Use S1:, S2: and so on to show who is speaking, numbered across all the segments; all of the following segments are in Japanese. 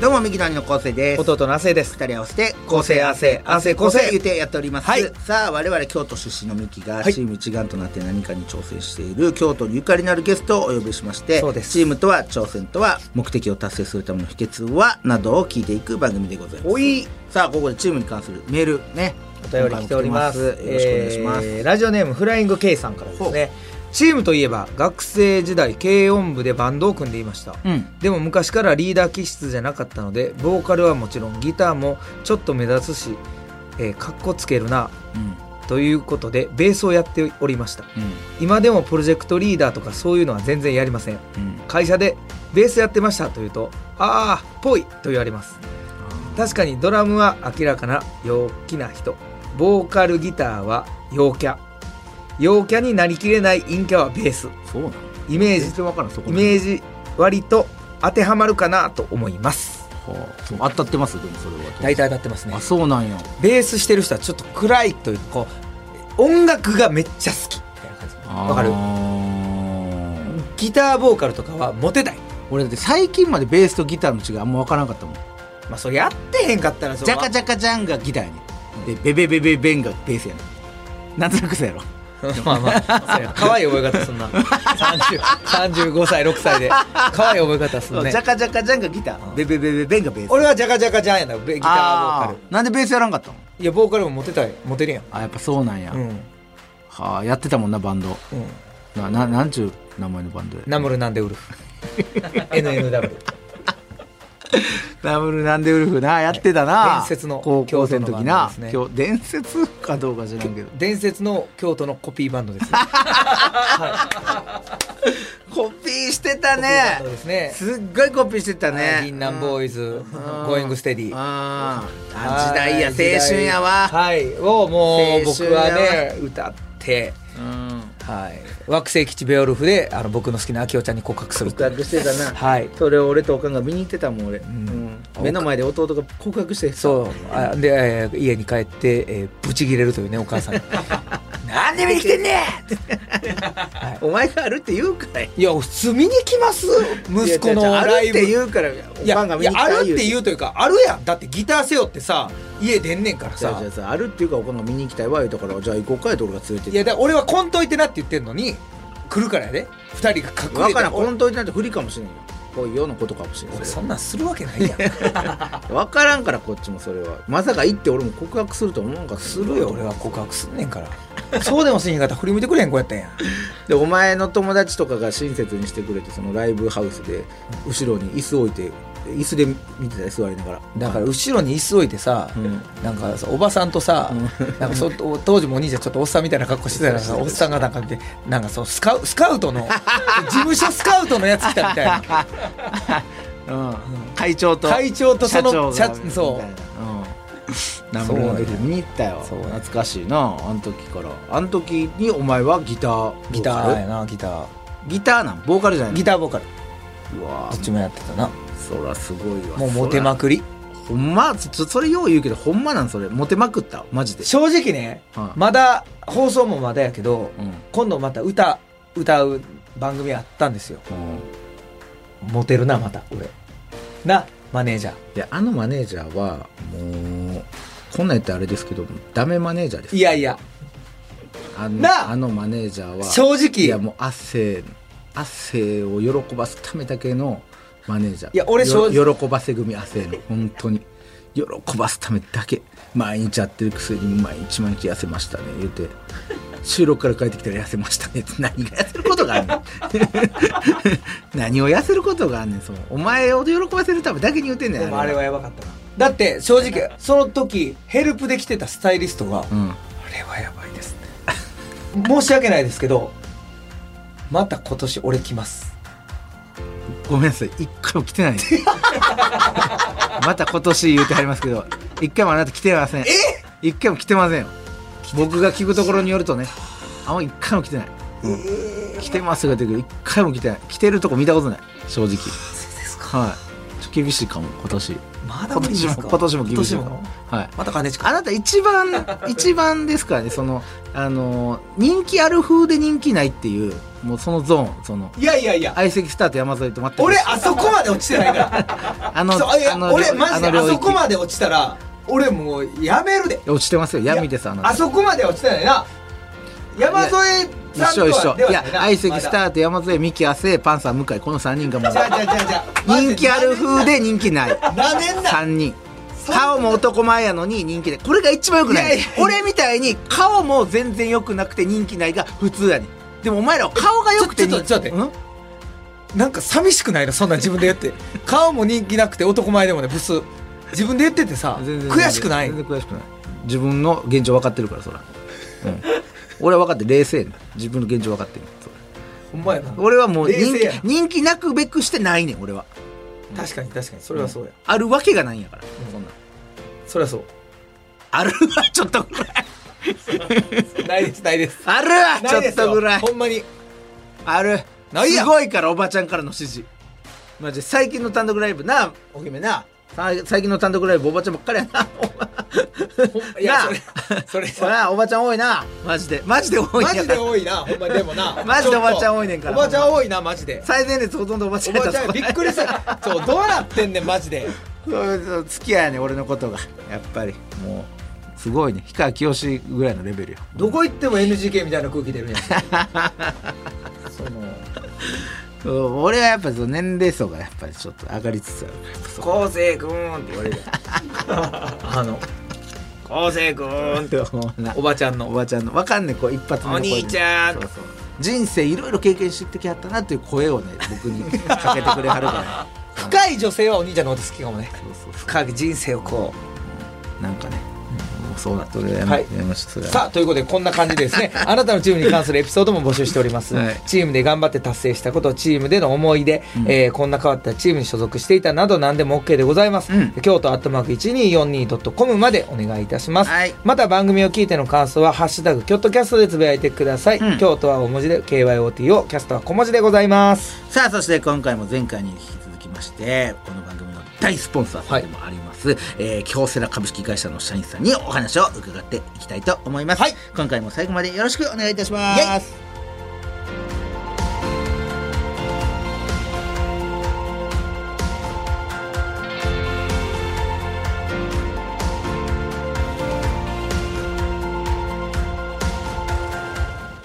S1: どうもミキの兄の昴生です
S2: 弟の亜生です。
S1: 二人合わせて
S2: 構成亜生、亜生構
S1: 構成
S2: 成。
S1: 言ってやっております、
S2: はい
S1: さあ我々京都出身のミキが
S2: はい
S1: チーム一丸となって何かに挑戦している京都にゆかりのあるゲストをお呼びしまして
S2: そうです
S1: チームとは挑戦とは目的を達成するための秘訣はなどを聞いていく番組でございます
S2: おい
S1: さあここでチームに関するメールね
S2: お便り来ております。
S1: よろしくお願いします、
S2: えーラジオネームフライング K さんからですね。チームといえば学生時代軽音部でバンドを組んでいました。
S1: うん
S2: でも昔からリーダー気質じゃなかったのでボーカルはもちろんギターもちょっと目立つし、えー、かっこつけるな
S1: うん
S2: ということでベースをやっておりました今でもプロジェクトリーダーとかそういうのは全然やりません
S1: うんうん
S2: 会社でベースやってましたというとああぽいと言われます確かにドラムは明らかな陽気な人ボーカルギターは陽キャ陽キャになりきれない陰キャはベース
S1: そうなの
S2: イメージ
S1: 全然わからんそこ
S2: イメージ割と当てはまるかなと思います
S1: はあそう当たってますでもそれは
S2: 大体当たってますね
S1: あそうなんや
S2: ベースしてる人はちょっと暗いというかこう音楽がめっちゃ好きみたいな感じわかる
S1: あー
S2: ギターボーカルとかはモテたい
S1: 俺だって最近までベースとギターの違いあんまわからんかったもん
S2: まあそれやってへんかったらそ
S1: ジ
S2: れ
S1: ャ
S2: は
S1: カジャカジャンがギターやねんでベベベベベンがベースやねんなんとなくそうやろ
S2: まあまあ、そうや可愛い覚え方すん な。30 35歳、6歳で。可愛い覚え方すんね
S1: ジャ。カジャカジャンがギターベベベベベンがベース
S2: 俺はジャカジャカジャンやな、ベギターボーカ
S1: あーなんでベースやらんかったの
S2: ル。いや、ボーカルもモテたい、モテるやん。
S1: あやっぱそうなんや、
S2: うん。うん。
S1: はあやってたもんなバンドなななんちゅう名前のバンドや
S2: ナムルなんでウルフ。NNW。
S1: ダブルなんでウルフなやってたな
S2: 伝説の
S1: 高校生の時な
S2: 京都のバンドですね
S1: 今日伝説かどうか知らんけど
S2: 伝説の京都のコピーバン ドです。
S1: コピーしてた
S2: コピーバンドですね
S1: すっごいコピーしてた
S2: はい銀杏ボーイズ、ゴーイングステディ。
S1: あー
S2: はい
S1: あ時代や青春やわ
S2: はい。をもう
S1: 青
S2: 僕
S1: 春やわ
S2: はね、歌って。
S1: うん
S2: はい、惑星基地ベオルフであの僕の好きな秋代ちゃんに告白するって
S1: 告
S2: いう
S1: 白してたな
S2: はい
S1: それを俺とおかんが見に行ってたもん俺、
S2: ん
S1: うん目の前で弟が告白して
S2: そうあで、えー家に帰って、えーブチギレるというねお母 さんになんで見に来てんね
S1: お前があるって言うから
S2: んいや普通見に来ます息子
S1: いや違う違う
S2: の
S1: あ
S2: ラ
S1: る
S2: イ
S1: っ
S2: ブ
S1: て言うから
S2: い
S1: お
S2: や
S1: かんが見
S2: い
S1: に来
S2: や
S1: た
S2: あるって
S1: う
S2: 言うというかあるやんだってギター背負ってさ家出んねんから
S1: じゃ
S2: さ
S1: あじゃあさあるっていうかおかんが見に行きたいわ言うたからじゃあ行こうかいと俺が連れて
S2: いやだから俺はこんといてなって言ってんのに来るからやで二人が隠れて
S1: 分からん
S2: おい
S1: 本当になんて不利かもしれんよこういうようなことかもしれん
S2: 俺
S1: そ
S2: そ
S1: れ
S2: んなんするわけないやん
S1: 分からんからこっちもそれはまさか行って俺も告白すると思わんかす
S2: するよ俺は告白すんねんからそうでもせんかったら振り向いてくれへん子やったんや
S1: でお前の友達とかが親切にしてくれてそのライブハウスで後ろに椅子置いて椅子で見てたよ座りながら
S2: だから後ろに椅子置いてさ、
S1: ん
S2: なんかさおばさんとさ、なんかそお当時もお兄ちゃんちょっとおっさんみたいな格好してたから さおっさんがなんか見てなんかそうスカウスカウトの事務所スカウトのやつ来たみたいな
S1: うん、会長と
S2: 会長とその
S1: 社長が
S2: 社そう
S1: みたいなうんナムルの時
S2: そうなんや
S1: 見に行ったよ
S2: そうなんや
S1: 懐かしいなあの時からあの時にお前はギター
S2: ギターや
S1: ボカ
S2: なギター
S1: ルギターなんボーカルじゃない
S2: ギターボーカル
S1: ーうわ
S2: どっちもやってたな
S1: そらすごいわ
S2: もうモテま
S1: く
S2: くり
S1: ほんまちょちょそれよう言うけどほんまなんそれモテまくったわマジで
S2: 正直ね、
S1: はい
S2: まだ放送もまだやけど、
S1: うん
S2: 今度また歌歌う番組あったんですよ
S1: うん
S2: モテるなまた俺なマネージャー
S1: であのマネージャーはもうこんなん言ってあれですけどダメマネージャーです
S2: いやいや
S1: あの
S2: なあ
S1: あのマネージャーは
S2: 正直
S1: いやもう汗汗を喜ばすためだけのマネージャー
S2: いや俺正直
S1: よ喜ばせ組汗の本当に喜ばすためだけ毎日やってるくせに毎日毎日痩せましたね言うて収録から帰ってきたら痩せましたね って何が痩せることがあんねん 何を痩せることがあんねんそのお前を喜ばせるためだけに言うてんねん
S2: でもあれ
S1: は
S2: はやばかったなだって正直その時ヘルプで来てたスタイリストが、
S1: う
S2: あ
S1: ん
S2: れはやばいですね申し訳ないですけどまた今年俺来ます
S1: ごめんなさい一回も来てない また今年言うてはりますけど一回もあなた来てませんえ一回も来てませんよ僕が聞くところによるとねあんま一回も来てないうん来てますが出てくる一回も来てない来てるとこ見たことない正直
S2: そうですか
S1: はいちょっと厳しいかも今年
S2: まだ
S1: 今
S2: 無理で
S1: 年
S2: す
S1: も
S2: か
S1: 今年も厳しいか
S2: 今年
S1: も
S2: も
S1: はい
S2: また金近
S1: あなた一番一番ですからねそのあの人気ある風で人気ないっていうもうそのゾーンその
S2: いやいやいや
S1: 相席スタート山添と全く
S2: 俺あそこまで落ちてないか ら
S1: あの
S2: そうあいや
S1: あの
S2: 俺マジで
S1: の領
S2: あ
S1: 域
S2: そこまで落ちたら俺もうやめるで
S1: 落ちてますよ闇ですあなた
S2: あそこまで落ちてないな山添
S1: 一
S2: さんと
S1: 緒一
S2: は
S1: 緒
S2: ではいな
S1: や
S2: いな
S1: 相席ス
S2: ー
S1: タート山添ミキ亜生パンサー向井この3人がも
S2: じゃあじゃあ
S1: う
S2: じゃあじゃあ
S1: 人気ある風で人気ない
S2: なめんな
S1: 3人
S2: そんな
S1: 顔も男前やのに人気ないこれが一番よくない
S2: いやいやいや
S1: 俺みたいに顔も全然よくなくて人気ないが普通やねんでもお前らは顔がよくて人気
S2: ちょちょちょっと
S1: うん
S2: なんか寂しくないのそんなん自分で言って顔も人気なくて男前でもねブス自分で言っててさ
S1: 全然
S2: 悔しくない
S1: 全然悔しくない自分の現状分かってるからそら、うん、俺は分かってる冷静やねん自分の現状分かってるそら
S2: ほんまやな
S1: 俺はもう人
S2: 冷静や
S1: 気人気なくべくしてないねん俺は
S2: 確かに確かにそれはそうや、
S1: あるわけがないんやから、そんなん
S2: それはそう
S1: あるわちょっと ぐらい
S2: ないですない です
S1: あるわ
S2: ない
S1: ちょ
S2: で
S1: っ
S2: すよ
S1: とぐらい
S2: ほんまに
S1: ある
S2: ないやん
S1: すごいからおばちゃんからの指示マジで最近の単独ライブなお姫なさ最近の単独ライブおばちゃんばっかりやな
S2: ほんまいや
S1: なあ
S2: それ
S1: お
S2: それ
S1: 前おばちゃん多いなマジでマジで多いんや
S2: マ
S1: から
S2: ジで多いなほんまでも な
S1: マジでおばちゃん多いねん
S2: ち
S1: か
S2: ょっ
S1: ら
S2: とおばちゃん多いなマジで
S1: 最前列ほとんどおばち
S2: お
S1: ゃんや
S2: ば
S1: った
S2: ちゃんびっくりしたそうどうなってんねんマジで
S1: そうそう好きやね俺のことがやっぱりもうすごいね氷川きよしぐらいのレベルよ
S2: どこ行っても NGK みたいな空気出る やんその
S1: うん俺はやっぱその年齢層がやっぱりちょっと上がりつつあるからやっぱそう
S2: 昴生くんって言われるやん あの昴生くん
S1: って思うな
S2: おばちゃん
S1: お
S2: の
S1: ばちゃんのわかんねこう一発目の声で
S2: お兄ちゃん
S1: そうそう人生いろいろ経験してきはったなっていう声をね僕にかけてくれはるか ら
S2: 深い女性はお兄ちゃんのこと好きかもね
S1: そうそうそ
S2: 深く人生をこう
S1: うなんかね、もうそうだって俺はやめ,、
S2: はい
S1: やめましたそれは
S2: さあということでこんな感じでです ねあなたのチームに関するエピソードも募集しております、
S1: はい
S2: チームで頑張って達成したことチームでの思い出、えーこんな変わったチームに所属していたなど何でも OK でございます、
S1: うん
S2: 京都アットマーク 1242.com までお願いいたします、
S1: はい
S2: また番組を聞いての感想は「ハッシュタグキョットキャスト」でつぶやいてください、
S1: うん
S2: 京都は大文字で KYOT をキャストは小文字でございます
S1: さあそして今回も前回に引き続きましてこの番組の大スポンサーさんでもあります、えー京セラ株式会社の社員さんにお話を伺っていきたいと思います、
S2: はい
S1: 今回も最後までよろしくお願いいたします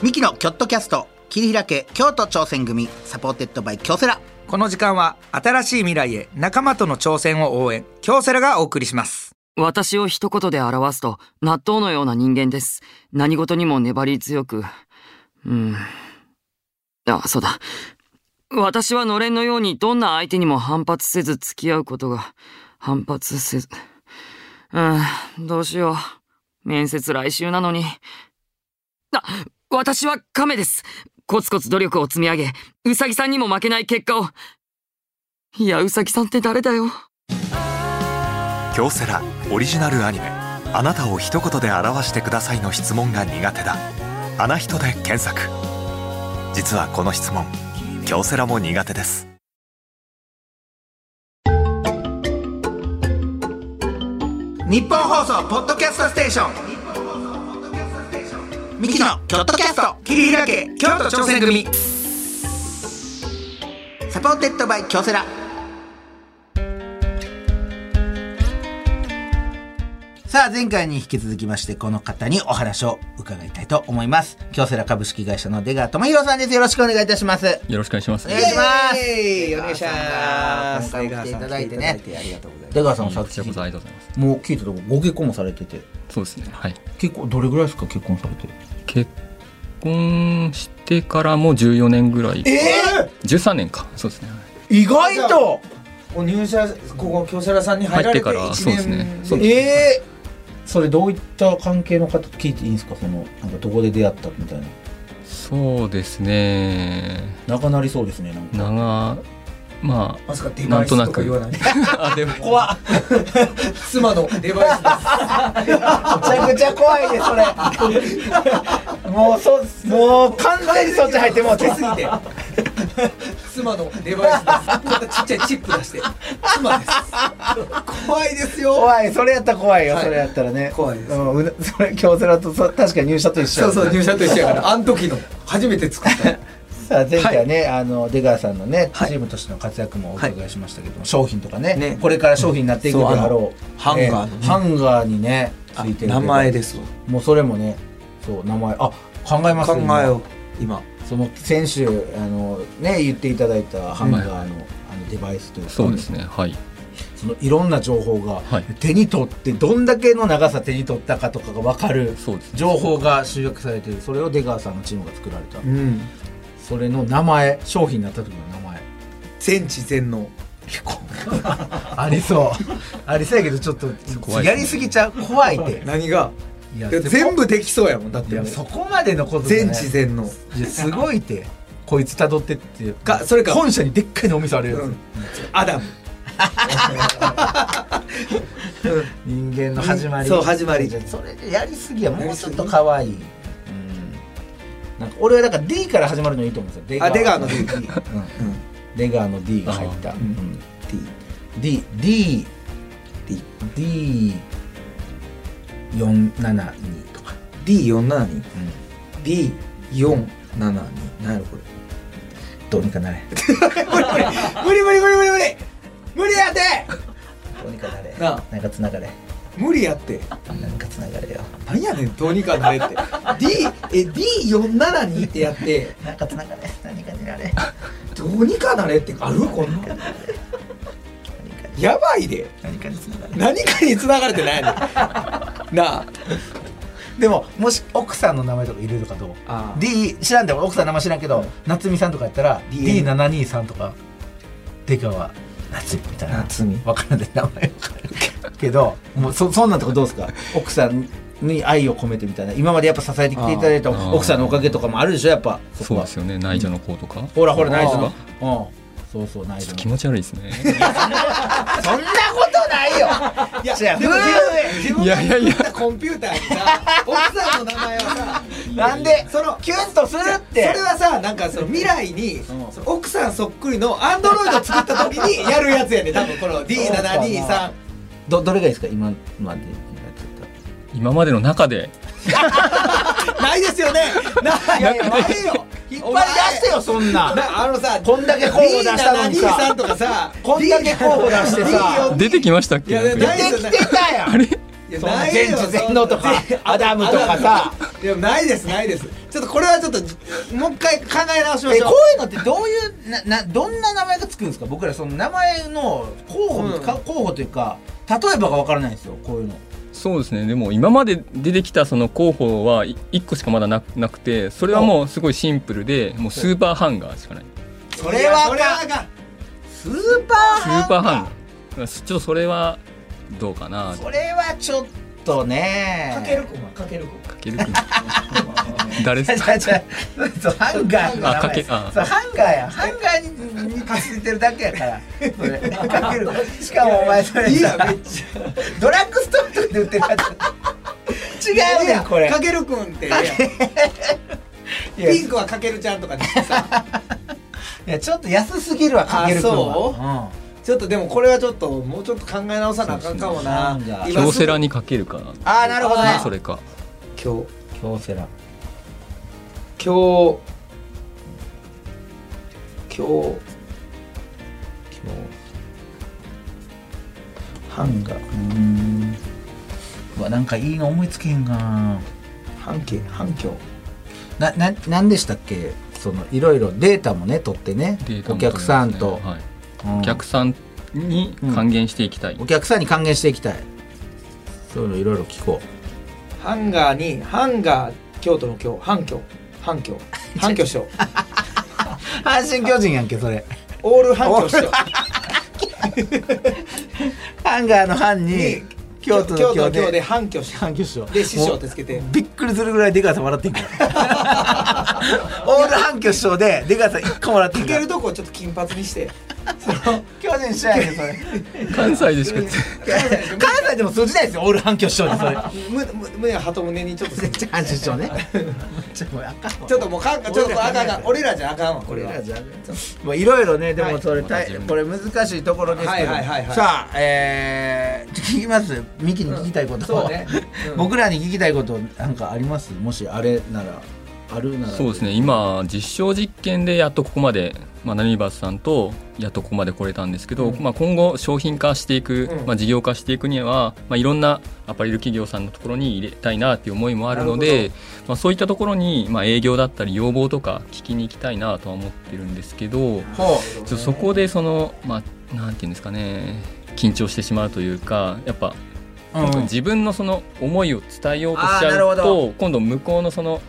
S1: ミキのキョットキャスト切り開け京都挑戦組サポーテッドバイ京セラ
S2: この時間は新しい未来へ仲間との挑戦を応援京セラがお送りします
S3: 私を一言で表すと、納豆のような人間です。何事にも粘り強く。うん。あ、そうだ。私はのれんのようにどんな相手にも反発せず付き合うことが、反発せず。うん、どうしよう。面接来週なのに。あ、私は亀です。コツコツ努力を積み上げ、うさぎさんにも負けない結果を。いや、うさぎさんって誰だよ。
S4: 京セラオリジナルアニメ「あなたを一言で表してください」の質問が苦手だ「あな人」で検索実はこの質問京セラも苦手です
S1: 日本放送ポッドキャストステーションミキのキョットキャスト切り開け京都挑戦組サポーテッドバイ京セラさあ前回に引き続きましてこの方にお話を伺いたいと思います京セラ株式会社の出川智弘さんですよろしくお願いいたします
S5: よろしくお願いします
S1: お。願いします
S2: イエーイお願いします
S1: 出川さんが今回も来ていただいてね
S2: 出川さん来ていただいてありがとうございます
S1: 出川さんも
S5: こ
S1: 作
S5: ちら
S1: 品
S5: こそありがとうございます。
S1: もう聞いたとこご結婚もされてて
S5: そうですね。はい。
S1: 結婚どれぐらいですか結婚されて
S5: 結婚してからも14年ぐらい。13年か。そうですね。
S1: 意
S2: 外とお入社ここ京セラさんに入られて
S5: 入ってから
S2: 1
S5: そうですね
S2: 年
S5: そう
S1: ええそれどういった関係の方と聞いていいんですかそのなんかどこで出会ったみたいな
S5: そうですね。
S1: 長なりそうですねなんか
S5: 長ま
S2: まさかデバイスとか言わない。
S5: ああでも
S2: 怖っ妻のデバイスです。
S1: ちゃくちゃ怖いねそれもうそもう完全にそっち入ってもうて
S2: 手すぎて。妻のデバイスです。またちっちゃいチップ出して。妻です。怖いですよ。
S1: 怖いそれやったら怖いよ、
S2: はい
S1: それやったらね
S2: 怖いです
S1: うんうなそれ京セラとそ確かに入社と一緒
S2: そうそう入社と一緒やから。あん時の初めて作った。
S1: さあ前回ね、あの出川さんのね、
S2: はい
S1: チームとしての活躍もお伺いしましたけども、商品とかね
S2: ね
S1: これから商品になっていくで
S2: そうあの
S1: あろう
S2: ハンガーの
S1: え
S2: ね
S1: ハンガーにねついてるけど
S2: ですわ。
S1: もうそれもねそう名前あ考えます
S2: 考
S1: よ
S2: えを今。
S1: その先週あのね言っていただいたハンガーの,、あのデバイスというか
S5: そうですねはい
S1: そのいろんな情報が
S5: はい
S1: 手に取ってどんだけの長さ手に取ったかとかが分かる
S5: そうですね
S1: 情報が集約されてるそれを出川さんのチームが作られた
S2: うん。
S1: それの名前商品になった時の名前
S2: 全知全能。
S1: ありそう ありそうやけどちょっと
S5: 怖い
S1: やりすぎちゃう怖いって
S2: 何が。
S1: いや
S2: いや全部できそうやもんだっ
S1: い
S2: て
S1: や
S2: もう
S1: そこまでのことじゃ
S2: 全
S1: ない
S2: 知全能。
S1: いやすごいってこいつ辿ってって
S2: かそれか
S1: 本社にでっかいのお店あるやつ、
S2: うんアダム。
S1: 人間の始まり
S2: そう始まり
S1: それでやりすぎやもうちょっと可愛いうんなんか俺はだから D から始まるのいいと思うんですよ
S2: あ出川の D
S1: うん出川の D が入った
S5: あ
S1: うん D D D D 四七二とか
S2: D472。D472。何やろこれ。
S1: どうにかなれ
S2: 無理無理無理無理無理無理やって
S1: どうにかなれ
S2: なあ
S1: なんかつながれ
S2: 無理やって
S1: なんかつながれよ
S2: 何やねんどうにかなれって D え D472 ってやって
S1: なんかつながれ何かになれ
S2: どうにかなれってあるこんなんやばいで
S1: 何かにつながれ
S2: 何かに繋がれてないねんなあ
S1: でももし奥さんの名前とか入れるかどう
S2: あ
S1: D 知らんで俺奥さんの名前知らんけど、夏美さんとかやったら
S2: DM
S1: D723 とか出川夏美みたいな
S2: 夏美
S1: 分からんで名前分かるけどもうそそんなんとこどうですか奥さんに愛を込めてみたいな今までやっぱ支えてきていただいた
S5: ー
S1: 奥さんのおかげとかもあるでしょやっぱこ
S5: そう
S1: は
S5: ですよね内助の子とか
S1: ほらほら内緒
S5: と
S1: の
S5: か
S1: うんそうそう内
S5: ち
S1: 緒
S5: ょっと
S1: の
S5: 気持ち悪いですね
S1: そんなことないよいや
S2: でも
S1: 夫婦
S2: 自分
S5: い
S2: 自
S5: やいやい
S2: 分
S5: や
S2: が作ったコンピューターにさ奥さんの名前はさ
S1: なんで
S2: その
S1: キュンとするって
S2: それはさなんかその未来に
S1: ん
S2: その奥さんそっくりのアンドロイド作った時にやるやつやねん多分この
S1: そうかな
S2: D723
S1: どどれがいいですか今までやっちゃった
S5: 今までの中で
S2: ないですよねない
S1: いやいや
S2: ないよ
S1: 引っ張り出してよそんな
S2: なあのさ
S1: こんだけ候補出したのにさ
S2: D723 とかさ
S1: こんだけ候補出してさ
S2: D4
S5: 出てきましたっけ
S2: いやいや
S5: なんか
S2: ない
S1: 出てきてたやん
S5: あれ
S2: いや
S1: そんな
S2: ない
S1: 全
S2: よ
S1: 知全能とか
S2: そんな
S1: アダムとかさ
S2: いやないですないですちょっとこれはちょっともう一回考え直しま
S1: え
S2: しょ
S1: こ
S2: う
S1: ういうのってどういうななどんな名前がつくんですか僕らその名前の候補、
S2: うん
S1: か候補というか例えばがわからないんですよこういうの
S5: そうですねでも今まで出てきたその候補は1個しかまだななくてそれはもうすごいシンプルでもうスーパーハンガーしかない
S2: そ
S1: れはあかん
S2: かん
S1: スーパー
S5: ス
S1: ハ
S5: ー
S1: ン
S5: パ
S1: ガー
S5: ーハンガーちょっとそれはどうかな
S1: それはちょっとね
S2: かけ る子もかける子
S5: かける誰
S1: じ
S5: で
S1: ゃ
S5: す
S1: じ
S5: か
S1: ゃじゃそうハンガーの名前
S5: あかけあ
S1: そうハンガーやハンガーににかすれてるだけやからそれかけるしかもお前それ
S2: いや
S1: さ
S2: めっ
S1: ドラッグストアとかで売ってるやつ違うねんこれ
S2: かけるくんって
S1: いや
S2: ピンクはかけるちゃんとかにしてさ
S1: いやちょっと安すぎるわかけるくんは
S2: ちょっとでもこれはちょっともうちょっと考え直さなあかんかもな
S1: そうですね
S2: 今すぐ
S5: 京セラにかけるかな
S1: あーなるほどね
S5: それか
S2: 今日
S1: うん京セラ
S2: 今日今日今日半が
S1: うんうわなんかいいの思いつけへんかな
S2: 半径半径
S1: なななんでしたっけそのいろいろデータもね取ってね
S5: データ
S1: お
S5: も取りま
S1: 客
S5: すね
S1: さんと、
S5: はい
S1: うん
S5: お客さんに還元していきたい、
S1: お客さんに還元していきたいそういうのいろいろ聞こ
S2: ハンガーにハンガー京都の京半京半京半京師 匠
S1: う阪神巨人やんけそれ
S2: オール半京師匠
S1: ハンガーのハンに 京都の
S2: 京
S1: 京
S2: の京
S1: で
S2: で半京師匠
S1: 阪急師匠
S2: で師匠ってつけて
S1: びっくりするぐらい出川さん笑っていい からオール阪急師匠で出川さん一個もらってい
S2: い
S1: いか
S2: け
S1: ら
S2: るとこちょっと金髪にして
S1: 巨人知らないでそれ
S5: 関西でしか
S1: 関西でも通じないですよオール反響師匠にそれ
S2: むむ胸はと胸にちょっとち
S1: 反響師匠 ねちょもうあかん わ
S2: ょっともうかんちょっとあかんあかん俺らじゃあかんわこれは
S1: もういろいろねで
S2: は
S1: も
S2: い
S1: それ、大これ難しいところですけど、
S2: はいはい はいはい
S1: さあえー、聞きますミキに聞きたいこと、
S2: そうねう ん
S1: 僕らに聞きたいことなんかありますもしあれならあるなら
S5: そうですね今実証実験でやっとここまで、まあ、ナニバスさんとやっとここまで来れたんですけど、まあ、今後商品化していく、
S2: うん
S5: まあ、事業化していくには、まあ、いろんなアパレル企業さんのところに入れたいなっていう思いもあるの
S2: なる
S5: でまあ、そういったところに、まあ、営業だったり要望とか聞きに行きたいなとは思ってるんですけど
S1: ほ
S5: ちょっとそこでその、まあ、なんていうんですかね緊張してしまうというかやっぱ
S1: う、うん
S5: 自分のその思いを伝えようとしち
S1: あーな
S5: ゃ
S1: る
S5: う
S1: ほど
S5: と今度向こうのその、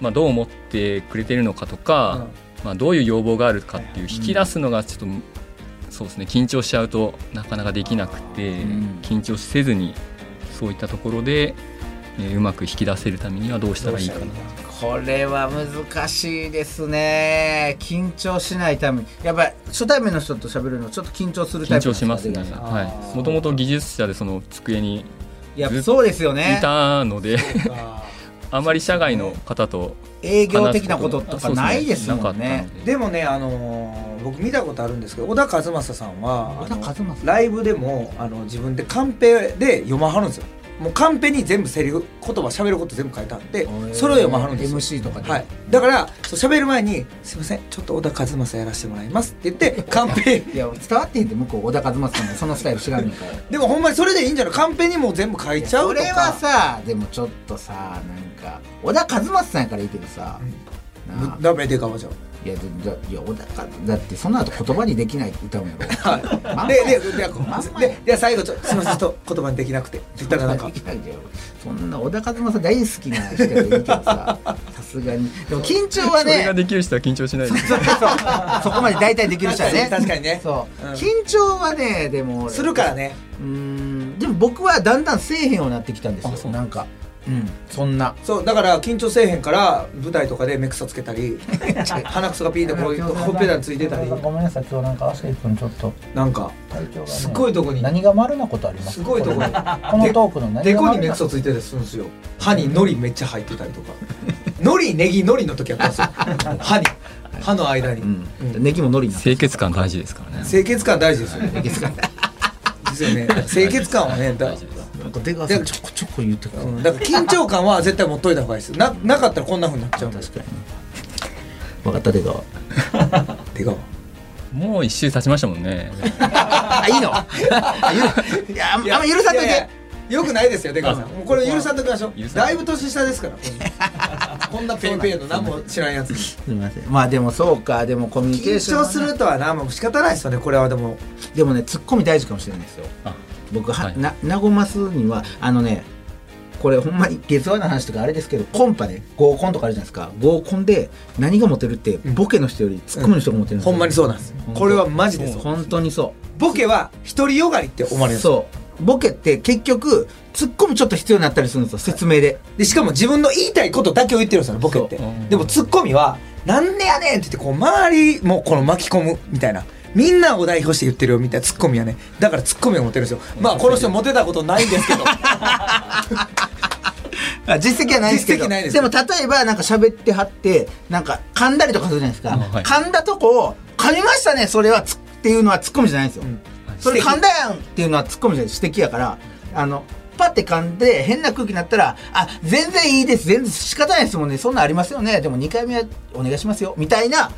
S5: まあ、どう思ってくれてるのかとか、まあ、どういう要望があるかっていう引き出すのがちょっと、そうですね緊張しちゃうとなかなかできなくて、
S1: ん
S5: 緊張せずにそういったところで、えーうまく引き出せるためにはどうしたらいいかな
S1: これは難しいですね緊張しないためにやっぱり初対面の人と喋るのちょっと緊張するタイプな
S5: 緊
S1: ん
S5: 張
S1: です
S5: し
S1: か
S5: ますね
S1: 出川さん
S5: はいもともと技術者でその机に
S1: いやそうですよ
S5: い
S1: ね
S5: たのであまり社外の方と
S1: 営
S5: 営
S1: 業的なこととかないですもんね
S2: でもねあのー僕見たことあるんですけど小田和正さんはあの
S1: 小田和正
S2: ライブでもあの自分でカンペで読まはるんですよもうカンペに全部セリフ言葉喋ること全部書いてあって
S1: ー
S2: それを読まはるんですよ
S1: MC とかで
S2: はい、だからそう喋る前に「すいませんちょっと小田和正やらせてもらいます」って言ってカンペ
S1: いや伝わってへんって向こう小田和正さんのそのスタイル知らんのから
S2: でもほんまにそれでいいんじゃないカンペにもう全部書いちゃう
S1: そ
S2: とか
S1: れはさでもちょっとさなんか小田和正さんやからいいけどさ、なあ
S2: ダメでかまちゃう
S1: いやだだいや小田和だってその後言葉にできない歌うんや ろまんま
S2: で
S1: や
S2: ででで
S1: まんまや
S2: でで最後ちょ「すいませんちょっと言葉にできなくて」って言ったらなんか
S1: できないんだよそんな小田和正大好きな人やからいいけど ささすがにでも緊張は
S5: それ
S1: ね
S5: ができる人は緊張しないです
S1: そこまで大体できる人はね
S2: 確かにね
S1: そう、
S2: うん
S1: 緊張はねでも
S2: するからね
S1: うーんでも僕はだんだんせえへんようになってきたんですよなんかうんそんな
S2: そうだから緊張せえへんから舞台とかで目くそつけたり鼻くそがピーってこういうほっぺたについてたり
S6: ごめんなさい今日なんか亜生君ちょっと
S2: なんか
S6: 体調が、ね、
S2: すごいとこに
S6: 何が丸なことあります
S2: すごいと
S6: こ
S2: こに
S6: のトークの何が
S2: デコ
S6: 丸
S2: に目
S6: な
S2: くそついてたりするんですよ歯に海苔めっちゃ入ってたりとか海苔ネギ海苔の時やったんですよ歯に歯の間に、
S7: うん
S2: うん
S7: ネギものりになって
S5: 清潔感大事ですからね
S2: 清潔感大事ですよねですよね清潔感はねだ
S5: 大事です
S1: なんか出川
S2: さん
S1: ちょこちょこ言ってくる
S2: うんだから緊張感は絶対持っといた方がいいですななかったらこんなふうになっちゃうんです
S1: 確かに分かった出川
S2: てか
S5: もう一周経ちましたもんね
S1: あいいのいやあんあんま許さんといて
S2: よくないですよ出川さんもうこれ許さんときましょ
S5: 許
S2: う
S5: さない
S2: だいぶ年下ですからこんなペイペイの何も知らんやつに
S1: すみませんまあでもそうかでもコミュニケ
S2: 緊
S1: ーション
S2: 張
S1: は
S2: するとはなもう仕方ないですよねこれはでも
S1: でもねツッコミ大事かもしれないですよ
S5: あ
S1: 僕は、
S5: はい
S1: な和ますにはあのねこれほんまに月話の話とかあれですけどコンパね合コンとかあるじゃないですか合コンで何がモテるって
S2: ん
S1: ボケの人よりツッコミの人がモテるんですよ、
S2: ほんまにそうなんですこれはマジでそう
S1: 本当にそ
S2: ボケは独りよがりって思
S1: う
S2: われるんです
S1: そうボケって結局ツッコミちょっと必要になったりするんですよ説明で
S2: でしかも自分の言いたいことだけを言ってるんですよねボケって
S5: そううん
S2: でもツッコミは「なんでやねん!」って言ってこう周りもこの巻き込むみたいなみんなを代表して言ってるよみたいなツッコミはねだからツッコミがモテるんですよまあこの人モテたことないんですけど
S1: あ実績はないですけど
S2: 実績ないですけど
S1: も例えばなんか喋ってはってなんか噛んだりとかするじゃないですか、
S5: うんはい
S1: 噛んだとこを「噛みましたねそれはつ」っていうのはツッコミじゃないんですよ、
S2: ん
S1: それ噛んだやんっていうのはツッコミじゃない指摘やからあのパッて噛んで変な空気になったら「あ全然いいです全然仕方ないですもんねそんなんありますよねでも2回目はお願いしますよ」みたいな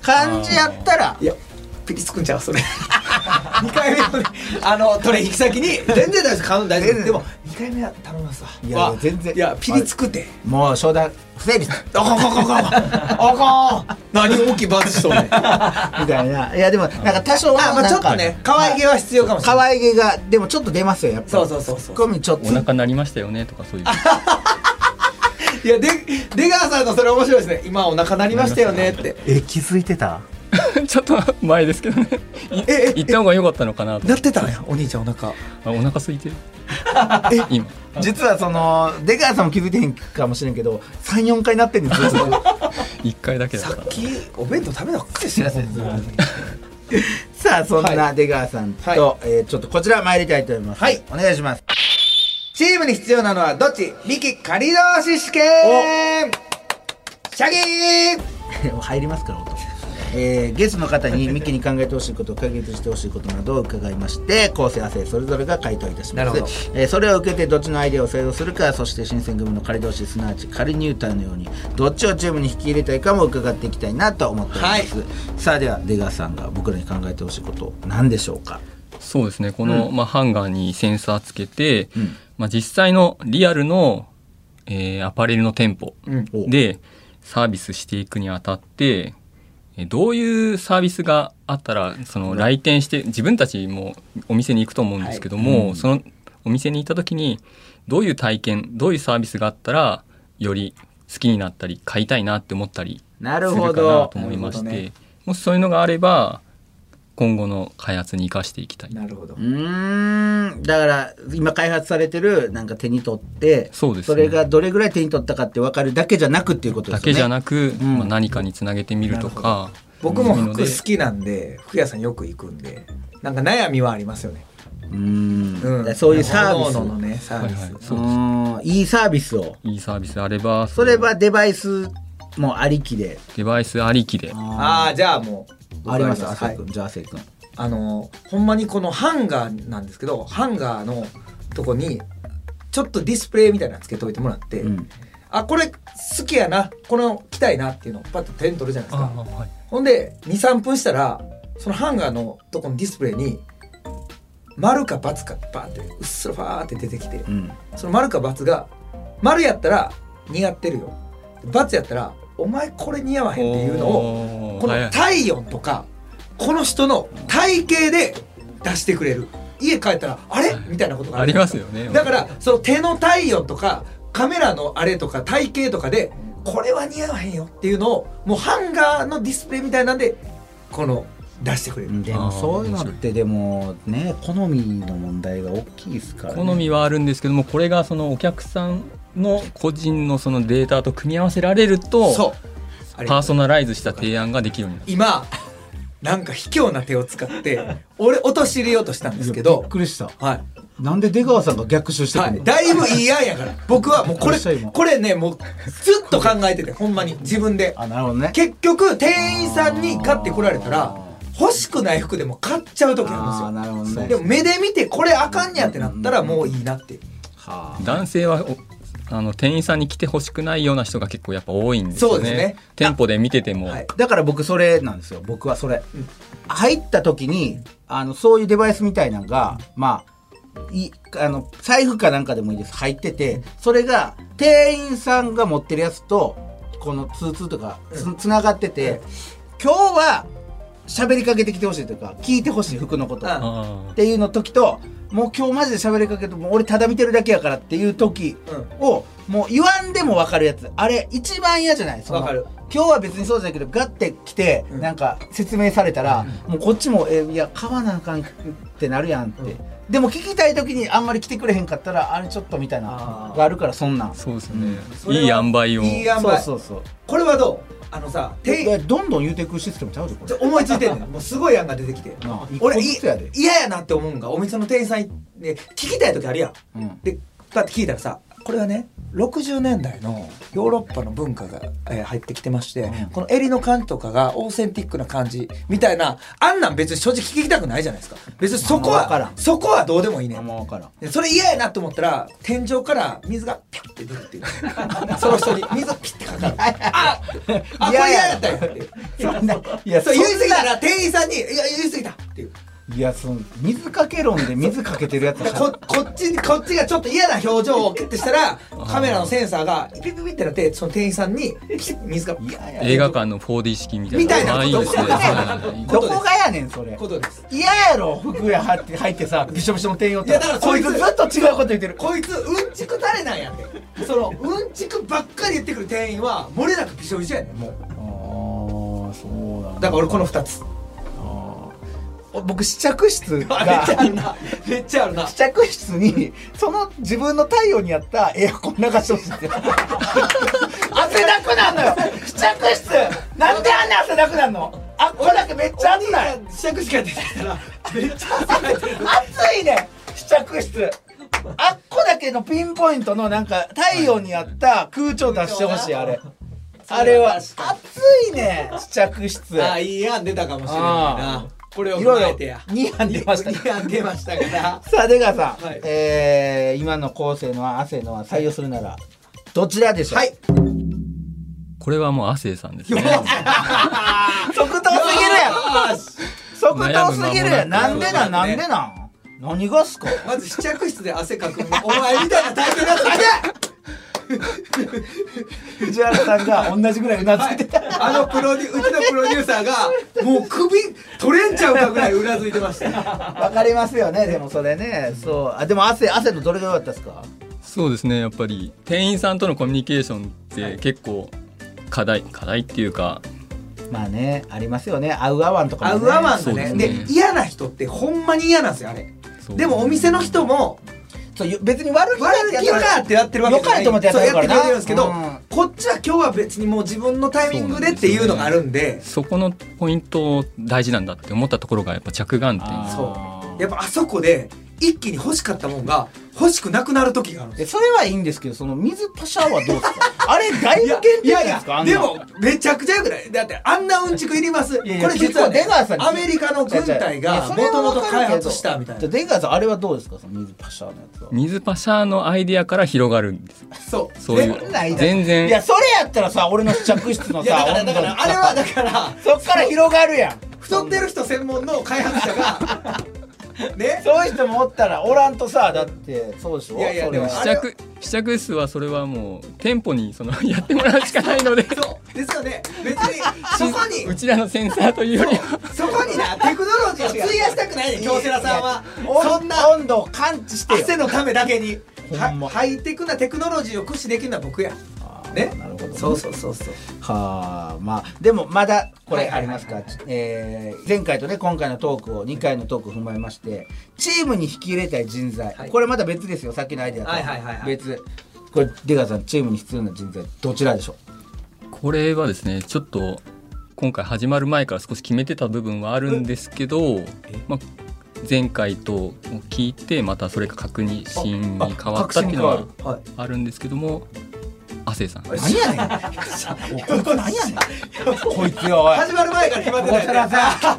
S1: 感じやったら
S2: いや ピリつくんちゃうそれ 2回目のねあの取引先に全然大丈夫です買うん大丈夫でも2回目は頼みますわ
S1: いや
S2: わ
S1: 全然
S2: いやピリつくて
S1: もう商談不成立
S2: あかんあかんあかんあかんあかん何大きいバズしとんねん あ
S1: みたいな。いやでもなんか多少は
S2: まあち
S1: な
S2: ょっ
S1: ん
S2: と
S1: か
S2: ね可愛げは必要かもしれ
S1: 可
S2: ない
S1: 愛げがでもちょっと出ますよやっぱ
S2: そうそうそうそ
S1: ツ
S2: う
S1: ッコミちょっと
S5: お腹鳴りましたよねとかそういう
S2: いやで出川さんのそれ面白いですね今お腹鳴りましたよねって
S6: え気づいてた
S5: ちょっと前ですけどねい
S2: ええ
S5: 行った方が良かったのかなと
S2: 鳴ってたんやお兄ちゃんお腹
S5: あお腹空いてる今
S1: 実はその出川さんも気づいてへんかもしれんけど34回なってんです よ
S5: 一回だけだ
S2: さ
S5: から
S2: っきお弁当食べたばっかりしてた
S1: さあそんな出川さんと、
S2: はい
S1: えーちょっとこちら参りたいと思いますはいお願いします
S2: チームに必要なのはどっち力仮同士試験シャギー
S1: 入りますから音、 えーゲストの方にミキに考えてほしいこと解決してほしいことなどを伺いまして構成亜生それぞれが回答いたし
S2: な
S1: ま
S2: る
S1: す
S2: ほど
S1: えーそれを受けてどっちのアイデアを採用するかそして新選組の仮同士すなわち仮入隊のようにどっちをチームに引き入れたいかも伺っていきたいなと思っております、さあでは出川さんが僕らに考えてほしいこと何でしょうか
S5: そうですねこの、まあ、ハンガーにセンサーつけて、
S1: ん
S5: まあ、実際のリアルの、えーアパレルの店舗
S1: お
S5: でサービスしていくにあたってえーどういうサービスがあったらその来店して自分たちもお店に行くと思うんですけども、そのお店に行った時にどういう体験どういうサービスがあったらより好きになったり買いたいなって思ったり
S1: な
S5: す
S1: る
S5: るか
S1: ほ
S5: な
S1: ど
S5: と思いまして、
S6: なるほどね
S5: もしそういうのがあれば今後の開発に生かしていきたい
S6: なるほど
S1: う。ーんだから今開発されてるなんか手に取って
S5: そうですね
S1: れがどれぐらい手に取ったかって分かるだけじゃなくっていうことで
S5: だ
S1: すよね
S5: けじゃなく、
S1: ん
S5: まあ、何かにつなげてみるとか
S2: 僕も
S5: そういうの
S2: 服
S5: で
S2: 好きなんで服屋さんよく行くんでなんか悩みはありますよね、
S1: うーん
S2: うん、
S1: そういうサービス
S2: 各々のねサービス、
S5: はいはいそうう
S1: ーんいいサービスを
S5: いいサービスあれば
S1: それはデバイスもありきで
S5: デバイスありきで
S2: ああじゃあもう僕
S1: あります亜
S2: は
S1: 生
S2: い
S1: 君じゃあ亜生君
S2: あのほんまにこのハンガーなんですけどハンガーのとこにちょっとディスプレイみたいなのつけといてもらって、
S1: うん
S2: あこれ好きやなこの着たいなっていうのをパッと手に取るじゃないですか
S5: あーはい
S2: ほんで23分したらそのハンガーのとこのディスプレイに丸か×かバーってうっすらファーって出てきて
S1: うん
S2: その丸か×が丸やったら似合ってるよ×やったらお前これ似合わへんっていうのを
S5: を
S2: この体温とかこの人の体型で出してくれる家帰ったらあれみたいなことが
S5: あ
S2: ある
S5: りますよね
S2: だからその手の体温とかカメラのあれとか体型とかでこれは似合わへんよっていうのをもうハンガーのディスプレイみたいなんでこの出してくれる、
S1: でも
S5: あー
S1: そういうのってでもね好みの問題が大きいですからね
S5: 好みはあるんですけどもこれがそのお客さんの個人のそのデータと組み合わせられると
S2: そうあれ
S5: パーソナライズした提案ができるようになる
S2: 今なんか卑怯な手を使って俺陥れようとしたんですけ
S1: び
S2: ど
S1: っくりした
S2: はい
S1: なんで出川さんが逆襲してく
S2: は
S1: るの
S2: い、だいぶいいやんやから僕はもうこれ
S1: どうした今
S2: これねもうずっと考えててほんまに自分で
S1: あなるほどね
S2: 結局店員さんに買ってこられたら欲しくない服でも買っちゃう時
S1: あ
S2: あ
S1: あ
S2: るんで
S1: なるほど
S2: すよ
S1: ね
S2: でも目で見てこれあかんやってなったらもういいなっていう
S1: は
S5: 男性はおあの店員さんに来てほしくないような人が結構やっぱ多いんです
S2: そ
S5: よ
S2: う
S5: ね
S2: ですね
S5: 店舗で見てても、
S2: はい
S1: だから僕それなんですよ僕はそれ、入った時にあのそういうデバイスみたいなのがまあいあの財布かなんかでもいいです入っててそれが店員さんが持ってるやつとこの通通とかつつながってて、今日は喋りかけてきてほしいというか聞いてほしい服のこと、
S2: うん
S1: っ
S5: あ
S1: ていうの時ともう今日マジで喋りかけてもう俺ただ見てるだけやからっていう時を、もう言わんでも分かるやつあれ一番嫌じゃないその
S2: わかる
S1: 今日は別にそうじゃないけどガッて来て
S2: ん
S1: なんか説明されたら、もうこっちも「えいや買わなあかん」ってなるやんって、でも聞きたい時にあんまり来てくれへんかったらあれちょっとみたいな
S2: あー
S1: があるからそんなん
S5: ーそうですよね、
S2: それはい
S5: い塩梅を
S2: いい塩
S1: そう
S2: 梅
S1: そうそう
S2: これはどうあのさ店
S1: いや
S2: 員
S1: どんどん言うていくシステムちゃうでこ
S2: ちょ
S1: れ
S2: 思いついてんね んもうすごい案が出てきて
S1: なあ
S2: 俺
S1: 一個ずつやで
S2: い嫌やなって思うんがお店の店員さんにね聞きたい時あるやん
S1: うん
S2: でだって聞いたらさこれはね60年代のヨーロッパの文化が、えー入ってきてまして、この襟の感じとかがオーセンティックな感じみたいなあんなん別に正直聞きたくないじゃないですか別にそ
S1: あ
S2: こ
S1: んま分から
S2: は
S1: ん
S2: そこはどうでもいいね
S1: あん
S2: ん
S1: ま分からん
S2: でそれ嫌やなと思ったら天井から水がピュッて出るっていう その人に水ピッてかかるああこれ嫌やったよって
S1: そんないや
S2: そう
S1: そん
S2: 言い
S1: な
S2: 過ぎたら店員さんに「いや言い過ぎた」っていう
S1: いやその水かけ論で水かけてるやつ
S2: でここっちにこっちがちょっと嫌な表情をキュッてしたらカメラのセンサーがピピピってなってその店員さんにピッて水がピッ
S5: 映画館の 4D 式みたいな
S2: みたいなこと
S5: あいいですね
S2: ことです
S5: はい
S1: どこがやねんそれ
S2: ことです
S1: 嫌やろ服屋入って入ってさびしょびしょの店員おった
S2: いやだから
S1: こいつ
S2: そ
S1: ず
S2: いつ
S1: っと違うこと言ってる
S2: こいつうんちく誰なんやってそのうんちくばっかり言ってくる店員は漏れなくびしょびしょやねんもう
S1: ああそうなん
S2: だから俺この2つ
S1: 僕試着室
S2: あめっ
S1: が
S2: ちゃあるなめっちゃある な
S1: 試着室にその自分の太陽に合ったエアコン流してほしいって 汗だくなんのよ試着室なんであんな汗だくなんのあっこだけめっちゃ暑ない
S2: シ
S8: 着式が出てきたらめっちゃ
S1: 暑いね試着室あっこだけのピンポイントのなんか太陽にあった空調出してほしいあれあれは暑いね試着室
S2: ああいい案出たかもしれない
S1: あ
S2: なこれを
S1: い
S2: 踏
S1: ろ
S2: まえ
S1: い
S2: て
S1: ろ
S2: や
S1: 2班出ました
S2: いい案出ましたから
S1: さあ出川さん、
S2: はい
S1: えー今の昴生のは亜生のは採用するならどちらでしょう
S2: はい
S5: これはもう亜生さんですね。
S1: 即答すぎるやん
S2: よし
S1: 即答すぎるやん
S5: 悩
S1: なん
S5: む間も
S1: で
S5: なく
S1: なんなんでなん何がっすか
S2: まず試着室で汗かくお前みたいな体験だった
S1: 藤原さんが同じぐらいうなずいてた、
S2: あのプロデュうちのプロデューサーがもう首取れんちゃうかぐらいうなずいてま した
S1: わかりますよねでもそれねそうあでも汗汗のどれが良かったですか
S5: そうですねやっぱり店員さんとのコミュニケーションって結構課題課題っていうか
S1: まあねありますよね合う合わんとかも、
S2: 合
S1: ね、
S2: う合わん
S5: そ
S2: の
S5: うで
S2: ね
S5: す
S2: で
S5: ね
S2: 嫌な人ってほんまに嫌なんですよあれ
S5: そう
S2: でもお店の人も
S1: そう別に悪気な
S2: 悪
S1: い
S2: 気かってやってるわけ
S1: よかれと思ってやってる
S2: そう
S1: か
S2: やっ
S1: らな
S2: てくれてるんですけど、
S1: うん
S2: こっちは今日は別にもう自分のタイミングでっていうのがあるんで
S5: そこのポイント大事なんだって思ったところがやっぱ着眼点
S2: そうやっぱあそこで一気に欲しかったもんが欲しくなくなる時があるんです
S1: でそれはいいんですけどその水パシャはどうですか あれだいぶ限定
S2: い
S1: じゃ
S2: や
S1: ない
S2: い
S1: ですかあ
S2: やで
S1: んな
S2: もめちゃくちゃよくないだってあんなうんちくいります
S1: いやい
S2: こ
S1: や
S2: れ実は、ね
S1: 結構出川さん、
S2: アメリカの軍隊
S1: いや
S2: が
S1: そ
S2: も
S1: れは
S2: ともと
S1: わかるけ
S2: 開
S1: ど
S2: 発したみたい
S1: じゃあ
S2: な
S1: 出川さんあれはどうですかその水パシャのやつは
S5: 水パシャのアイディアから広がるんです
S2: そう
S5: そうい
S2: で
S5: う
S1: ないな
S5: 全
S1: いや
S5: 然
S1: それやったらさ俺の試着室の
S2: い
S1: さ
S2: やだからだから
S1: 温度
S2: あれはだから
S1: そっから広がるやん
S2: 太ってる人専門の開発者がね
S1: そういう人もおったらおらんとさだってそうでしょ
S2: いやいや
S1: それは
S2: でも
S5: 試着試着室はそれはもう店舗にその やってもらうしかないので
S2: そうですよね別 にそこに
S5: うちらのセンサーというよりは
S2: そこになテクノロジーを費やしたくないね京セラさんはそ
S1: そん
S2: ん
S1: な
S2: な
S1: 温度を感知してよ
S2: 汗のためだけに
S1: ほんま
S2: はハイテクなテクノロジーを駆使できるのは僕やね
S1: なるほどね
S2: そうそうそうそう
S1: はあまあでもまだこ
S2: は
S1: れ
S2: いは
S1: あ
S2: い
S1: り
S2: はい
S1: ますかえー前回とね今回のトークを2回のトークを踏まえましてチームに引き入れたい人材、
S2: はい
S1: これまた別ですよさっきのアイデアと
S2: はいはいはいはい
S1: 別これ出川さんチームに必要な人材どちらでしょう
S5: これはですねちょっと今回始まる前から少し決めてた部分はあるんですけど、まあ、前回と聞いてまたそれが確認に変わったっていうのは
S2: はい
S5: あるんですけども亜生さん
S1: 何やねんおいこいつ何やねんこいつよおい
S2: 始まる前から決まって
S1: 小
S2: たよ
S1: 皿
S2: ね
S1: さ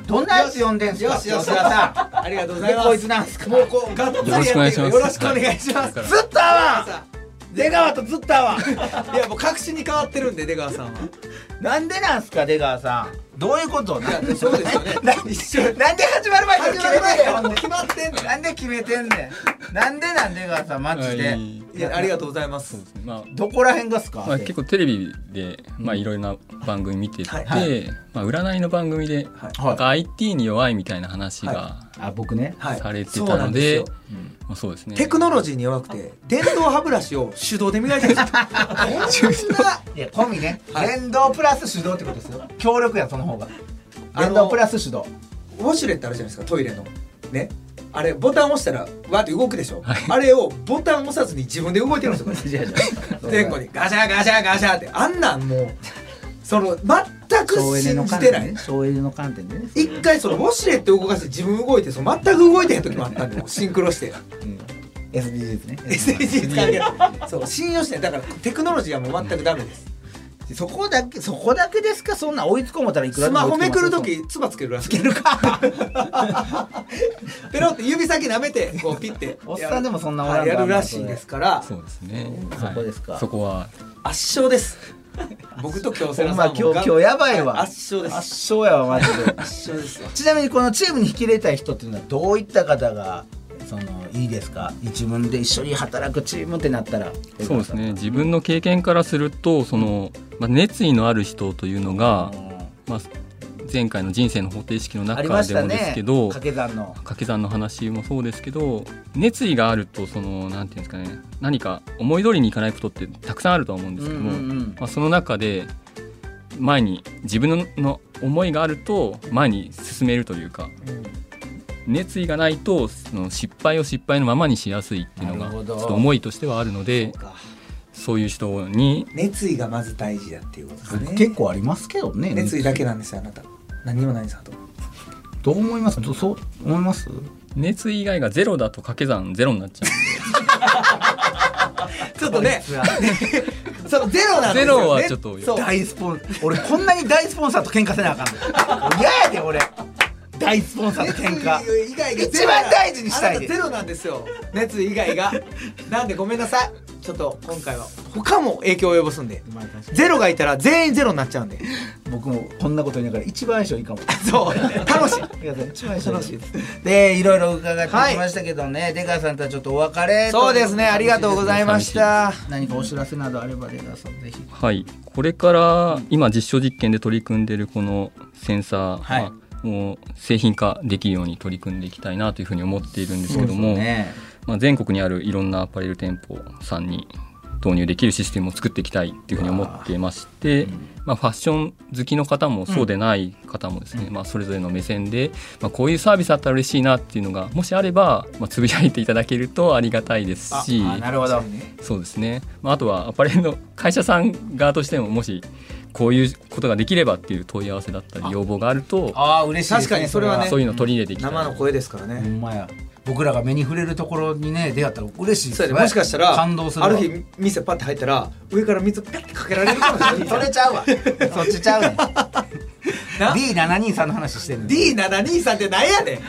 S1: んどんなやつ呼んでんす
S2: よ
S1: か
S2: しよ
S1: 小
S2: し
S1: 皿さ
S2: ありがとうご
S1: ん
S2: ざい
S1: で
S2: ます
S1: こいつなんすか
S2: もうこうガッツリやってるよ
S5: よ
S2: ろ
S5: ろ
S2: し
S5: し
S2: く
S5: く
S2: お
S5: お
S2: 願
S5: 願
S2: いします
S5: だから
S1: ずっと合わん
S2: さ
S1: 出川とずっと合わん
S2: あいやもう確信に変わってるんで出川さんは
S1: なんでなんすか出川さんどういうこと
S2: い
S1: な
S2: や
S1: ん
S2: そうですよね一緒
S1: なんで始まる前から
S2: 始
S1: 決
S2: まる前から
S1: めてんねん
S2: 決まってんの
S1: なんで決めてんねんなんでなん出川さんマジで、
S5: はい
S2: いやありがとうございます
S5: ま
S1: どこら辺がっすか、
S5: あまあ、結構テレビでまあいろいろな番組見てて、まあ、占いの番組で、
S1: はい
S5: なんか IT に弱いみたいな話が
S1: あ僕ね
S2: はい
S5: されて
S2: そう
S5: た
S2: な
S5: の
S2: んです
S5: で,、
S2: よ
S5: まあ、そうですね
S2: テクノロジーに弱くて電動歯ブラシを 手動で磨いてるんですよこんない
S1: やコンビね、
S2: はい
S1: 連動プラス手動ってことですよ協力やんその方が
S2: あの
S1: 連動プラス手動
S2: ウォシュレットあるじゃないですかトイレのねあれボタン押したらわーって動くでしょ、あれをボタン押さずに自分で動いてるん ですよこれ前後にガシャガシャガシャってあんなんもうその全く
S1: 省エネ
S2: 信
S1: の
S2: じ
S1: 観
S2: て
S1: 点
S2: ない
S1: ね省エネの観点でね
S2: 一回そのウォシュレット動かして自分動いてその全く動いてへん時もあったんでもうシンクロして
S1: SDGs ね
S2: SDGs 関係ないそう信用してないだからテクノロジーはもう全くダメです
S1: そこだけそこだけですかそんなん追いつこう思ったらいくら
S2: ス
S1: でも
S2: マ
S1: 追いつ
S2: ホ
S1: こう
S2: めくる
S1: 思ったら
S2: 時つばつけるらしいけ るかペロって指先舐めてこうピッて
S1: おっさんでもそんなおらんか
S2: やる
S1: ら
S2: やるらしいですから
S5: そうですね
S1: そこですか
S5: はいそこは
S2: 圧勝です僕と京セラ
S1: ほんま
S2: さん
S1: 今
S2: も
S1: 日今日やばいわ
S2: 圧勝です
S1: 圧勝やわマジ で
S2: 圧勝ですよ
S1: ちなみにこのチームに引き入れたい人っていうのはどういった方がそのいいですか自分で一緒に働くチームってなったら
S5: そうですね自分の経験からするとその、まあ、熱意のある人というのが、まあ、前回の人生の方程式の
S1: あ
S5: 中
S1: り
S5: で
S1: ました
S5: もで
S1: ね
S5: すけど、
S1: 掛け算の
S5: 掛け算の話もそうですけど熱意があるとそのなんていうんですかね何か思い通りにいかないことってたくさんあるとは思うんですけども、
S1: うんうんうん
S5: まあ、その中で前に自分のの思いがあると前に進めるというか、熱意がないとその失敗を失敗のままにしやすいっていうの
S1: な
S5: が
S1: るほ
S5: ち
S1: ど
S5: ょっと思いとしてはあるのでそういう人に
S2: 熱意がまず大事だっていうことですね
S1: 結構ありますけどね
S2: 熱意だけなんですよあなた何にもないんですあと
S9: どう思いますどそう思います
S5: 熱以外がゼロだと掛け算ゼロになっちゃ
S2: ちょっとね そのゼロなんですよ、ね、
S5: ゼロはちょっと
S2: そう
S9: 大スポン俺こんなに大スポンサーと喧嘩せなあかんの嫌やで俺大スポンサーと喧嘩
S2: 熱意以外がゼロ
S9: 一番大事にしたい
S2: あなたゼロなんですよ熱意以外がなんでごめんなさいちょっと今回は他も影響を及ぼすんでゼロがいたら全員ゼロになっちゃうんで
S9: 僕もこんなこと言いながら一番相性いいかも
S2: そう楽しい
S9: いや一番相
S2: 楽し
S9: 性い
S2: い
S9: い
S2: です
S1: でいろいろ伺ってきましたけどね、出川さんとはちょっとお別れと
S2: そうですねありがとうございました
S9: 何かお知らせなどあれば出川さんぜひ
S5: う。はい。これから今実証実験で取り組んでいるこのセンサーはもう製品化できるように取り組んでいきたいなというふうに思っているんですけども、
S1: ね
S5: まあ、全国にあるいろんなアパレル店舗さんに導入できるシステムを作っていきたいっていうふうに思っていまして、まあ、ファッション好きの方もそうでない方もですね、まあ、それぞれの目線で、まあ、こういうサービスあったら嬉しいなっていうのがもしあれば、まあ、つぶやいていただけるとありがたいですし
S9: なるほど
S5: そうですね、まあ、あとはアパレルの会社さん側としてももしこういうことができればっていう問い合わせだったり要望があると
S1: ああ嬉しいです、
S2: 確かにそれはね
S5: そういうの取り入れていきたい
S2: 生の声ですから
S9: ほ
S2: ね
S9: んまや僕らが目に触れるところにね出会ったら嬉しいです
S2: そうやねもしかしたら
S9: 感動するわ
S2: ある日店パッて入ったら上から水パッてかけられるかもしれない
S1: それちゃうわそっちちゃう ねん
S9: D723 の話してる
S2: D723 ってなんやね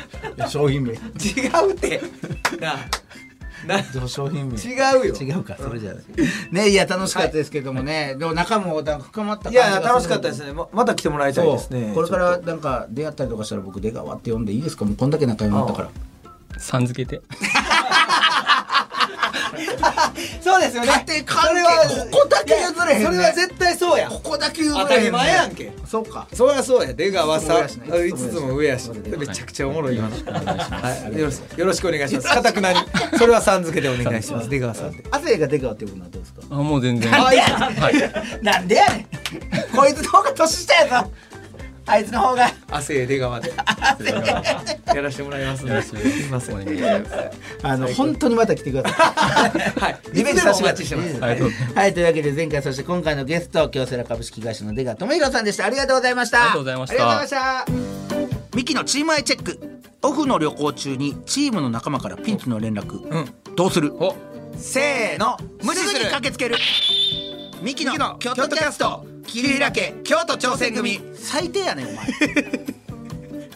S2: ん
S9: 商品名
S2: 違うってなあな
S9: 商品名
S2: 違うよ
S9: 違うかそれじゃない
S1: ねいや楽しかったですけどもね、でも仲もなんか深まった感
S2: い
S1: じが
S2: や楽しかったですねままた来てもらいたい
S9: そ
S2: ですね
S9: うこれからなんか出会ったりとかしたら僕出川って呼んでいいですかもうこんだけ仲良くなったから
S5: さん付けて
S2: そうですよね
S1: 家庭
S2: それ
S1: 関係
S2: は
S1: ここだけ譲れへんね
S2: いやそれは絶対そうや
S1: ここだけ譲れへ
S2: 当
S1: ん
S2: たり前やんけ
S1: そうか
S2: そりゃそうや出川さん
S9: いつも上やしな
S2: 5つも上やしめちゃくちゃおもろい今のはいよろしよろしくお願いしますかたくなにそれはさん付けでお願いします出川さんって
S9: 亜生が出川って呼ぶのはどうですか
S5: あもう全然
S1: あいや
S5: はい、
S1: なんでや ねんこいつの方が年下やぞあいつの方が
S2: 亜生出川でやらせてもらいますん
S5: よろ
S2: で
S5: し
S2: す
S5: く
S2: いません
S5: お
S2: は
S5: 願いします。
S9: あの本当にまた来てくださ
S2: いリベンジさせてもらってます
S5: ありがとうございます
S1: はいというわけで前回そして今回のゲスト京セラ株式会社の出川智弘さんでしたありがとうございました
S5: ありがとうございました
S1: ありがとうございましたミキのチームアイチェックオフの旅行中にチームの仲間からピンチの連絡、どうするせーの無視すぐに駆けつけるミキの京都キャスト桐平家京都挑戦組最低やねんお前
S2: い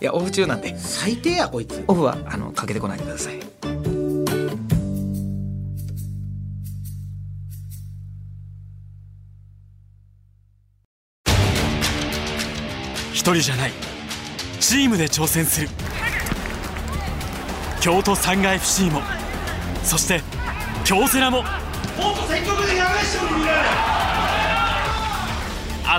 S2: やオフ中なんで
S1: 最低やこいつ
S2: オフはあのかけてこないでください
S10: 一人じゃないチームで挑戦する京都サンガ FC もそして京セラもあ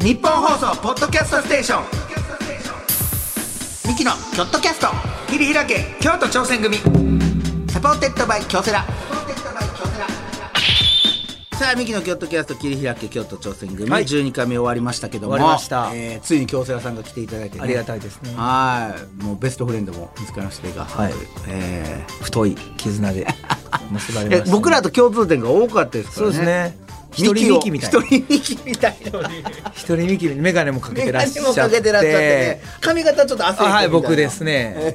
S1: 日本放送ポッドキャストステーションミキのキョットキャスト切り開け京都挑戦組サポーテッドバイ京セラさあミキの京都キャスト切り開け京都挑戦組、
S2: はい
S1: 12回目終わりましたけども
S2: 終わりました
S1: えーついに京セラさんが来ていただいて、ね、
S2: ありがたいですね
S1: はいもうベストフレンドも見つかりましたがはい、え
S2: 太い絆で結ばれ
S1: ーえ僕らと共通点が多かったですからね
S2: 一人ミキみたいな
S1: 一人ミキみたいな
S2: 一人ミキにメガネもかけてら っしゃって
S1: 眼鏡もかけてらっしゃってね髪型ちょっと汗
S2: あはい僕ですね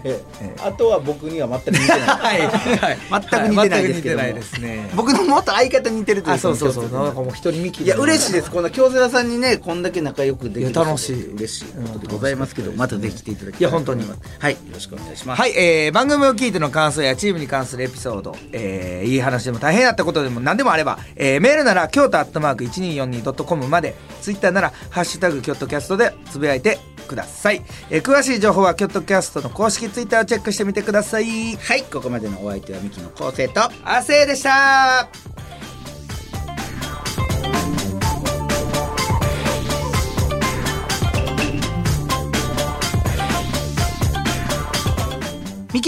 S1: あとは僕には全く似てない
S2: はいはい
S1: 全く似てないですけども
S2: はい全く似てないですね
S1: 僕の元相方に似てるという
S2: あそうそうそう
S1: の
S2: なんかもう一人ミキ
S1: いや嬉しいですすこんな京セラさんにねこんだけ仲良くできる
S2: いや楽しい
S1: 嬉しいことでございますけどまたぜひ来ていただきたい
S2: いや本当に
S1: はいよろしくお願いします
S2: はい、えー、番組を聞いての感想やチームに関するエピソード、えー、いい話でも大変だったことでも何でもあれば、えー、メールなら京都アットマーク 1242.com までツイッターなら「ハッシュタグ京都キャスト」でつぶやいてください、えー、詳しい情報は京都キャストの公式ツイッターをチェックしてみてください
S1: はいここまでのお相手はミキの昴生と
S2: 亜生でした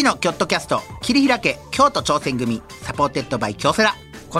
S1: のキョットキャスト切り開け京都挑戦組サポーテッドバイ京セラ
S2: こ